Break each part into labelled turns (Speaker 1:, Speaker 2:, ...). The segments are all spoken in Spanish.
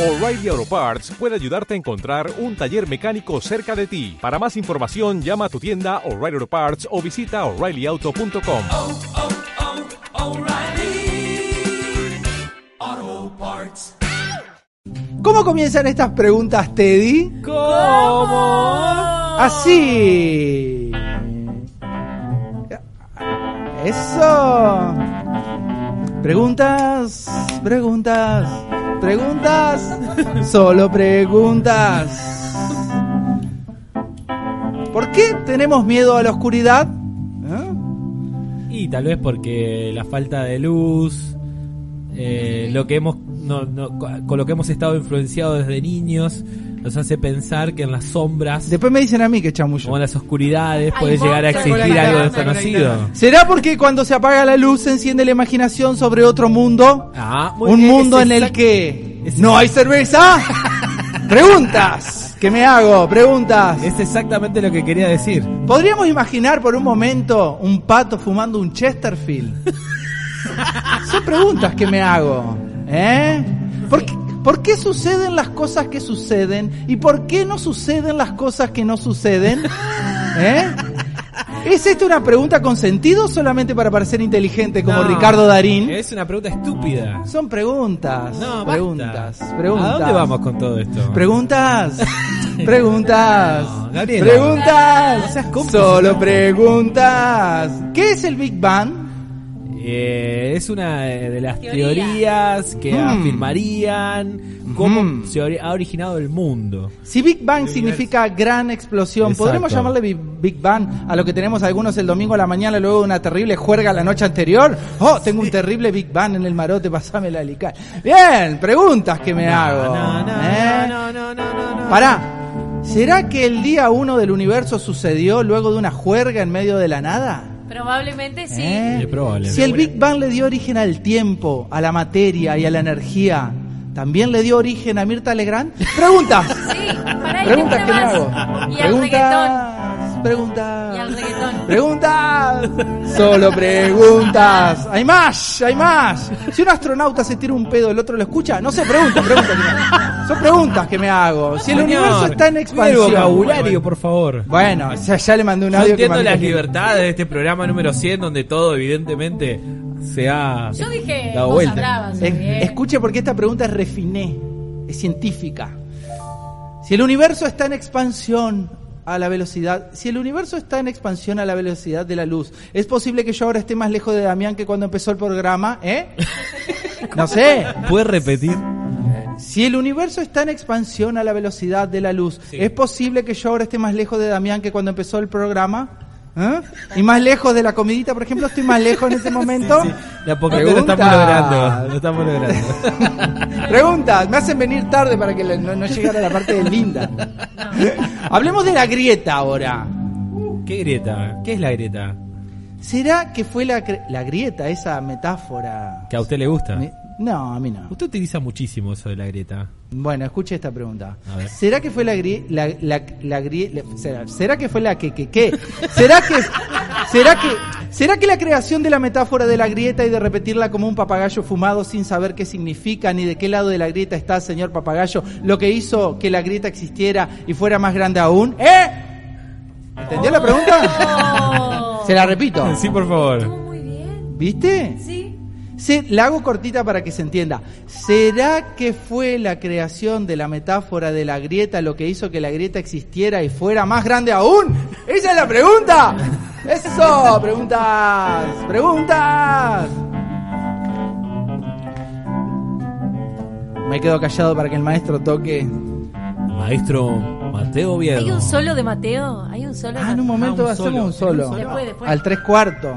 Speaker 1: O'Reilly Auto Parts puede ayudarte a encontrar un taller mecánico cerca de ti. Para más información, llama a tu tienda O'Reilly Auto Parts o visita oreillyauto.com.
Speaker 2: oh, oh, O'Reilly. Auto Parts.
Speaker 3: ¿Cómo comienzan estas preguntas, Teddy? Así. Eso. Preguntas, preguntas, preguntas. Solo preguntas. ¿Por qué tenemos miedo a la oscuridad? ¿Eh?
Speaker 4: Y tal vez porque la falta de luz, eh, lo que hemos, no, no, con lo que hemos estado influenciados desde niños, nos hace pensar que en las sombras
Speaker 3: Después me dicen a mí que
Speaker 4: o
Speaker 3: chamullo.
Speaker 4: en las oscuridades
Speaker 5: Hay
Speaker 4: puede llegar a
Speaker 5: monstruos con la
Speaker 4: existir algo
Speaker 5: guitarra, con la
Speaker 4: desconocido.
Speaker 3: ¿Será porque cuando se apaga la luz se enciende la imaginación sobre otro mundo?
Speaker 4: Ah, muy
Speaker 3: Un
Speaker 4: bien,
Speaker 3: mundo
Speaker 4: es
Speaker 3: en el
Speaker 4: exact-
Speaker 3: que
Speaker 4: es
Speaker 3: no hay cerveza. Preguntas que me hago, preguntas.
Speaker 4: Es exactamente lo que quería decir.
Speaker 3: ¿Podríamos imaginar por un momento un pato fumando un Chesterfield? Son preguntas que me hago. ¿eh? ¿Por, qué, por qué suceden las cosas que suceden? ¿Y por qué no suceden las cosas que no suceden? ¿Eh? ¿Es esta una pregunta con sentido o solamente para parecer inteligente como
Speaker 4: No,
Speaker 3: Ricardo Darín?
Speaker 4: Es una pregunta estúpida.
Speaker 3: Son preguntas.
Speaker 4: No, basta.
Speaker 3: preguntas. Preguntas.
Speaker 4: ¿A dónde vamos con todo esto?
Speaker 3: Preguntas. Preguntas.
Speaker 4: No, Gabriela.
Speaker 3: preguntas.
Speaker 4: No seas cómplice.
Speaker 3: Solo preguntas. ¿Qué es el Big Bang?
Speaker 4: Eh, es una eh, de las
Speaker 5: Teoría.
Speaker 4: teorías que
Speaker 3: Mm.
Speaker 4: afirmarían cómo
Speaker 3: Mm.
Speaker 4: se ori- ha originado el mundo.
Speaker 3: Si Big Bang significa gran explosión,
Speaker 4: Exacto.
Speaker 3: ¿podremos llamarle Bi- Big Bang a lo que tenemos algunos el domingo a la mañana luego de una terrible juerga la noche anterior? Oh, tengo un terrible Big Bang en el marote, pasame la alical. Bien, preguntas que me hago.
Speaker 4: No, no,
Speaker 3: ¿eh?
Speaker 4: no, no, no, no, no, no.
Speaker 3: Pará, ¿será que el día uno del universo sucedió luego de una juerga en medio de la nada?
Speaker 5: Probablemente sí.
Speaker 3: ¿Eh?
Speaker 4: Sí, probable.
Speaker 3: Si el Big Bang le dio origen al tiempo, a la materia y a la energía, ¿también le dio origen a Mirta Legrand? Preguntas.
Speaker 5: Sí, pará, y
Speaker 3: Preguntas que me
Speaker 5: más.
Speaker 3: hago.
Speaker 5: Y al reggaetón.
Speaker 3: Preguntas.
Speaker 5: Y al
Speaker 3: Preguntas.
Speaker 5: reggaetón.
Speaker 3: Preguntas. Solo preguntas. Hay más, hay más. Si un astronauta se tira un pedo, el otro lo escucha. No sé, preguntas, preguntas. que me hago. Son preguntas que me hago. Si el
Speaker 4: Señor,
Speaker 3: universo está en
Speaker 4: cuide
Speaker 3: expansión.
Speaker 4: El vocabulario, por favor.
Speaker 3: Bueno, ya, ya le mandé un
Speaker 4: No
Speaker 3: audio. que
Speaker 4: entiendo
Speaker 3: mandé
Speaker 4: las
Speaker 3: que-
Speaker 4: libertades de este programa número 100, donde todo, evidentemente, se ha
Speaker 5: Yo dije,
Speaker 4: dado
Speaker 5: vos
Speaker 4: vuelta.
Speaker 5: hablabas,
Speaker 3: Es-
Speaker 5: Javier.
Speaker 3: escuche porque esta pregunta es refiné, es científica. Si el universo está en expansión a la velocidad, si el universo está en expansión a la velocidad de la luz, es posible que yo ahora esté más lejos de Damián que cuando empezó el programa, ¿eh? No sé.
Speaker 4: ¿Puedes repetir?
Speaker 3: Si el universo está en expansión a la velocidad de la luz, ¿es posible que yo ahora esté más lejos de Damián que cuando empezó el programa? ¿Eh? Y más lejos de la comidita, por ejemplo, estoy más lejos en este momento.
Speaker 4: De a poquito lo estamos
Speaker 3: Preguntas.
Speaker 4: logrando. Lo estamos logrando.
Speaker 3: Preguntas, me hacen venir tarde para que le- no, no llegara a la parte de linda. Hablemos de la grieta ahora.
Speaker 4: ¿Qué grieta? ¿Qué es la grieta?
Speaker 3: ¿Será que fue la, cre- la grieta esa metáfora?
Speaker 4: ¿Que a usted le gusta?
Speaker 3: Mi- No, a mí no.
Speaker 4: Usted utiliza muchísimo eso de la grieta.
Speaker 3: Bueno, escuche esta pregunta.
Speaker 4: A ver.
Speaker 3: ¿Será que fue la grie- la, la, la grie- la- será, será que fue la que que qué? ¿Será que será que será que la creación de la metáfora de la grieta y de repetirla como un papagayo fumado sin saber qué significa ni de qué lado de la grieta está, señor papagayo, lo que hizo que la grieta existiera y fuera más grande aún? ¿Eh? ¿Entendió la pregunta?
Speaker 5: Oh.
Speaker 3: Se la repito.
Speaker 4: Sí, por favor.
Speaker 5: Estuvo muy bien.
Speaker 3: ¿Viste?
Speaker 5: Sí.
Speaker 3: Se, la hago cortita para que se entienda. ¿Será que fue la creación de la metáfora de la grieta lo que hizo que la grieta existiera y fuera más grande aún? ¡Esa es la pregunta! ¡Eso! ¡Preguntas! ¡Preguntas! Me quedo callado para que el maestro toque.
Speaker 4: Maestro Mateo Viedo.
Speaker 5: Hay un solo de Mateo. Hay un solo de
Speaker 3: Ah, en un
Speaker 5: Mateo.
Speaker 3: momento
Speaker 4: Ah, un
Speaker 3: hacemos un
Speaker 4: solo.
Speaker 3: solo.
Speaker 5: Después, después.
Speaker 3: Al tres cuartos.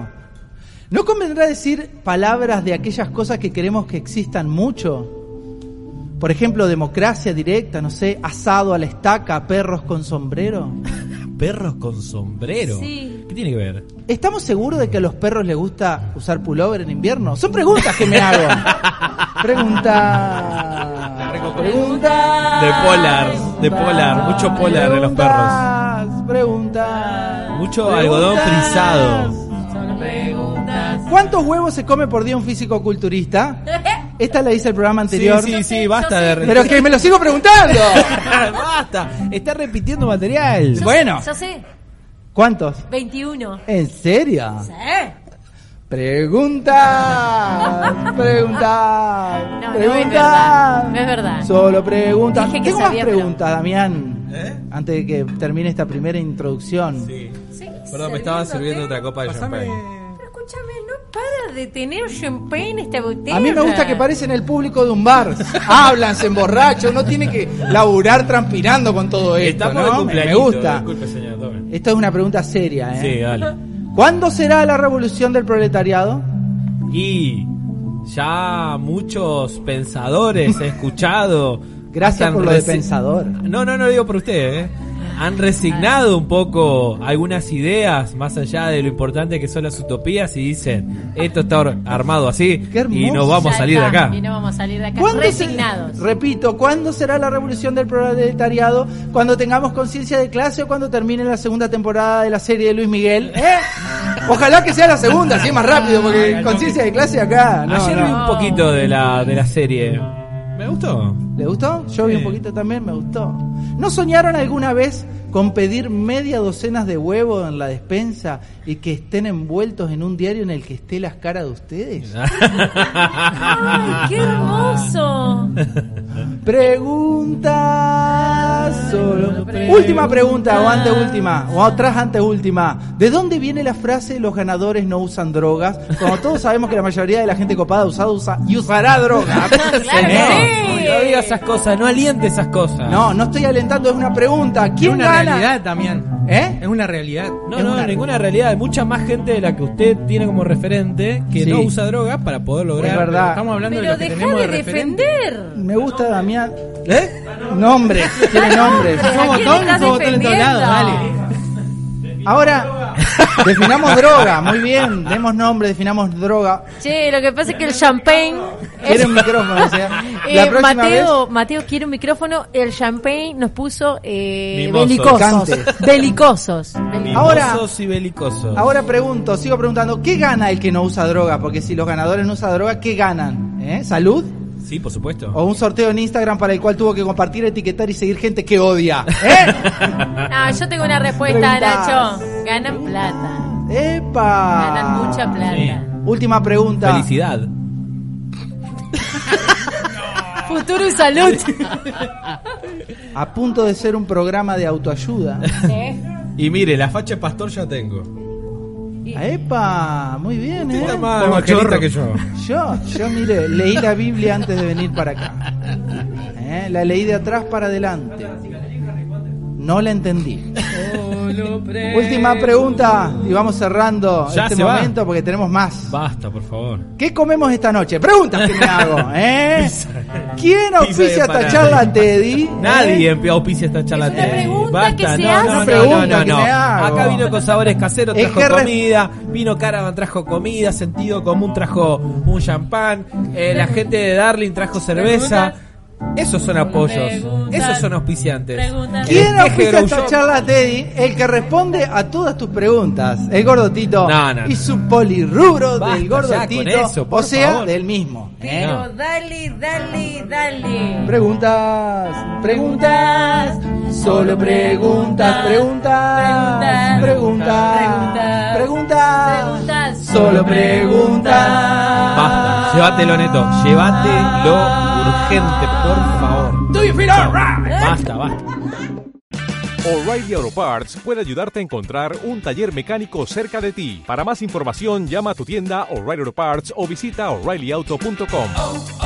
Speaker 3: ¿No convendrá decir palabras de aquellas cosas que queremos que existan mucho? Por ejemplo, democracia directa, no sé, asado a la estaca, perros con sombrero.
Speaker 4: Perros con sombrero.
Speaker 5: Sí.
Speaker 4: ¿Qué tiene que ver?
Speaker 3: ¿Estamos seguros de que a los perros les gusta usar pullover en invierno? Son preguntas que me hago. Pregunta. Pregunta.
Speaker 4: De polar, de polar, mucho polar en los
Speaker 3: perros. Preguntas.
Speaker 4: Mucho algodón
Speaker 3: Preguntas.
Speaker 4: frisado.
Speaker 5: Solo preguntas.
Speaker 3: ¿Cuántos huevos se come por día un físico culturista? Esta la hice el programa anterior.
Speaker 4: Sí, sí, sí,
Speaker 5: Yo
Speaker 4: basta
Speaker 5: sé-
Speaker 4: de
Speaker 3: Pero es que me lo sigo preguntando.
Speaker 4: basta, está repitiendo material.
Speaker 5: Yo
Speaker 3: Bueno.
Speaker 5: sé, yo sé,
Speaker 3: ¿Cuántos?
Speaker 5: 21.
Speaker 3: ¿En serio?
Speaker 5: ¿Sí?
Speaker 3: Pregunta, pregunta,
Speaker 5: No, no, es
Speaker 3: pregunta.
Speaker 5: verdad, no es verdad.
Speaker 3: Solo preguntas.
Speaker 5: Dije que
Speaker 3: Tengo más
Speaker 5: sabía, pero-
Speaker 3: preguntas, Damián.
Speaker 4: ¿Eh?
Speaker 3: Antes de que termine esta primera introducción.
Speaker 5: Sí,
Speaker 4: Perdón, me estaba
Speaker 5: ¿eh?
Speaker 4: sirviendo otra copa de champán.
Speaker 5: Pero escúchame, no para de tener champagne esta botella.
Speaker 3: A mí me gusta que parecen el público de un bar. Hablan, se emborracha, uno tiene que laburar transpirando con todo esto,
Speaker 4: Estamos de
Speaker 3: ¿no? Me- Me
Speaker 4: cumpleañito,
Speaker 3: gusta.
Speaker 4: Disculpe, señor, tome.
Speaker 3: Esto es una pregunta seria,
Speaker 4: Sí,
Speaker 3: ¿eh?
Speaker 4: dale.
Speaker 3: ¿Cuándo será la revolución del proletariado?
Speaker 4: Y ya muchos pensadores he escuchado.
Speaker 3: Gracias
Speaker 4: han
Speaker 3: por lo de
Speaker 4: resi-
Speaker 3: pensador.
Speaker 4: No, no, no lo digo por usted, ¿eh? Han resignado un poco algunas ideas más allá de lo importante que son las utopías y dicen, esto está ar- armado así
Speaker 3: Qué hermoso.
Speaker 4: y no vamos
Speaker 5: Ya
Speaker 4: a salir de
Speaker 5: está,
Speaker 4: acá.
Speaker 5: Y no vamos a salir de acá.
Speaker 3: ¿Cuándo se-
Speaker 5: Resignados.
Speaker 3: repito, ¿cuándo será la revolución del proletariado? ¿Cuando tengamos conciencia de clase o cuando termine la segunda temporada de la serie de Luis Miguel? ¿Eh? Ojalá que sea la segunda, así más rápido, porque conciencia de clase acá. no,
Speaker 4: Ah, Ayer
Speaker 3: no.
Speaker 4: vi un poquito de la, de la serie. Me gustó.
Speaker 3: ¿Le gustó? Yo vi un poquito también, me gustó. ¿No soñaron alguna vez con pedir media docenas de huevos en la despensa y que estén envueltos en un diario en el que esté las caras de ustedes?
Speaker 6: Ah.
Speaker 5: ¡Ay, qué hermoso!
Speaker 3: Pregunta solo. Última pregunta o anteúltima o atrás anteúltima. ¿De dónde viene la frase los ganadores no usan drogas? Como todos sabemos que la mayoría de la gente copada usada usa y usará drogas.
Speaker 5: Ah, Claro que
Speaker 4: No,
Speaker 5: sí.
Speaker 4: no diga esas cosas, no aliente esas cosas.
Speaker 3: No, no estoy alentando, es una pregunta.
Speaker 6: Es
Speaker 3: ¿Quién
Speaker 6: una
Speaker 3: gana?
Speaker 6: realidad, Damián.
Speaker 3: ¿Eh?
Speaker 6: Es una realidad.
Speaker 4: No,
Speaker 3: Es
Speaker 4: no,
Speaker 3: una-
Speaker 4: ninguna realidad. Hay mucha más gente de la que usted tiene como referente que
Speaker 3: Sí.
Speaker 4: no usa drogas para poder lograr.
Speaker 3: Es verdad.
Speaker 6: Pero Estamos hablando de
Speaker 5: Pero
Speaker 6: lo que
Speaker 5: deja
Speaker 6: tenemos
Speaker 5: de
Speaker 6: de referente.
Speaker 5: defender.
Speaker 3: Me gusta Damián.
Speaker 6: ¿Eh?
Speaker 3: Nombres, tiene nombres.
Speaker 5: Pero ¿a
Speaker 6: Somos
Speaker 5: quién
Speaker 6: todos, somos todos en
Speaker 5: estás
Speaker 6: todos
Speaker 5: defendiendo?
Speaker 6: lados, dale.
Speaker 3: Ahora, definamos droga, muy bien. Demos nombre, definamos droga.
Speaker 5: Che, lo que pasa es que el champagne.
Speaker 3: Quiere un micrófono, o sea,
Speaker 5: Eh,
Speaker 3: la próxima
Speaker 5: Mateo, Mateo quiere un micrófono. El champagne nos puso eh,
Speaker 4: Mimosos.
Speaker 5: belicosos.
Speaker 3: Picantes.
Speaker 5: Belicosos.
Speaker 4: Mimosos
Speaker 3: Ahora-
Speaker 4: y belicosos.
Speaker 3: Ahora pregunto, sigo preguntando, ¿qué gana el que no usa droga? Porque si los ganadores no usan droga, ¿qué ganan? ¿Eh? ¿Salud?
Speaker 4: Sí, por supuesto.
Speaker 3: ¿O un sorteo en Instagram para el cual tuvo que compartir, etiquetar y seguir gente que odia? ¿Eh?
Speaker 5: Ah, yo tengo una respuesta,
Speaker 3: Preguntás.
Speaker 5: Nacho. Ganan plata.
Speaker 3: ¡Epa!
Speaker 5: Ganan mucha plata.
Speaker 4: Sí.
Speaker 3: Última pregunta.
Speaker 4: Felicidad.
Speaker 5: Futuro y salud.
Speaker 3: A punto de ser un programa de autoayuda.
Speaker 5: Eh,
Speaker 4: Y mire, la facha de pastor ya tengo.
Speaker 3: ¡Epa! Muy bien, ¿eh?
Speaker 4: Está más evangelista que yo.
Speaker 3: Yo, yo mire, leí la Biblia antes de venir para acá. ¿Eh? La leí de atrás para adelante. No la entendí. Última pregunta y vamos cerrando
Speaker 4: Ya
Speaker 3: este
Speaker 4: se va.
Speaker 3: momento porque tenemos más.
Speaker 4: Basta, por favor.
Speaker 3: ¿Qué comemos esta noche? Preguntas que me hago, ¿eh? ¿Quién
Speaker 4: Pizza de
Speaker 3: auspicia esta
Speaker 4: empanada.
Speaker 3: charla, Teddy? ¿Eh?
Speaker 4: Nadie en auspicia esta charla.
Speaker 5: Es una pregunta que se
Speaker 4: no,
Speaker 5: hace.
Speaker 4: no,
Speaker 3: Una
Speaker 4: no,
Speaker 3: pregunta
Speaker 4: no, no,
Speaker 3: que
Speaker 4: no.
Speaker 3: me hago.
Speaker 4: Acá vino con sabores caseros,
Speaker 3: Es
Speaker 4: trajo
Speaker 3: que re-
Speaker 4: comida. Vino Caravan, trajo comida. Sentido Común trajo un champán. eh, la gente de Darling trajo cerveza. Esos son apoyos.
Speaker 5: Pregunta.
Speaker 4: Esos son auspiciantes.
Speaker 5: Pregunta.
Speaker 3: ¿Quién
Speaker 4: El
Speaker 3: auspicia
Speaker 4: Teje
Speaker 3: esta
Speaker 4: Grow
Speaker 3: charla, Teddy? El que responde a todas tus preguntas. El gordotito.
Speaker 4: No, no,
Speaker 3: Y
Speaker 4: no.
Speaker 3: su polirrubro
Speaker 4: Basta
Speaker 3: del
Speaker 4: ya con
Speaker 3: gordotito.
Speaker 4: eso, por
Speaker 3: o sea,
Speaker 4: favor.
Speaker 3: del mismo. ¿eh?
Speaker 5: Pero dale, dale, dale.
Speaker 3: Preguntas, preguntas, solo preguntas, preguntas, preguntas,
Speaker 5: Preguntas.
Speaker 3: preguntas,
Speaker 5: Preguntas.
Speaker 3: solo preguntas.
Speaker 4: Basta, llévatelo neto, llévatelo urgente, por favor. Basta, basta.
Speaker 1: O'Reilly Auto Parts puede ayudarte a encontrar un taller mecánico cerca de ti. Para más información, llama a tu tienda O'Reilly Auto Parts o visita oreillyauto.com.
Speaker 2: oh,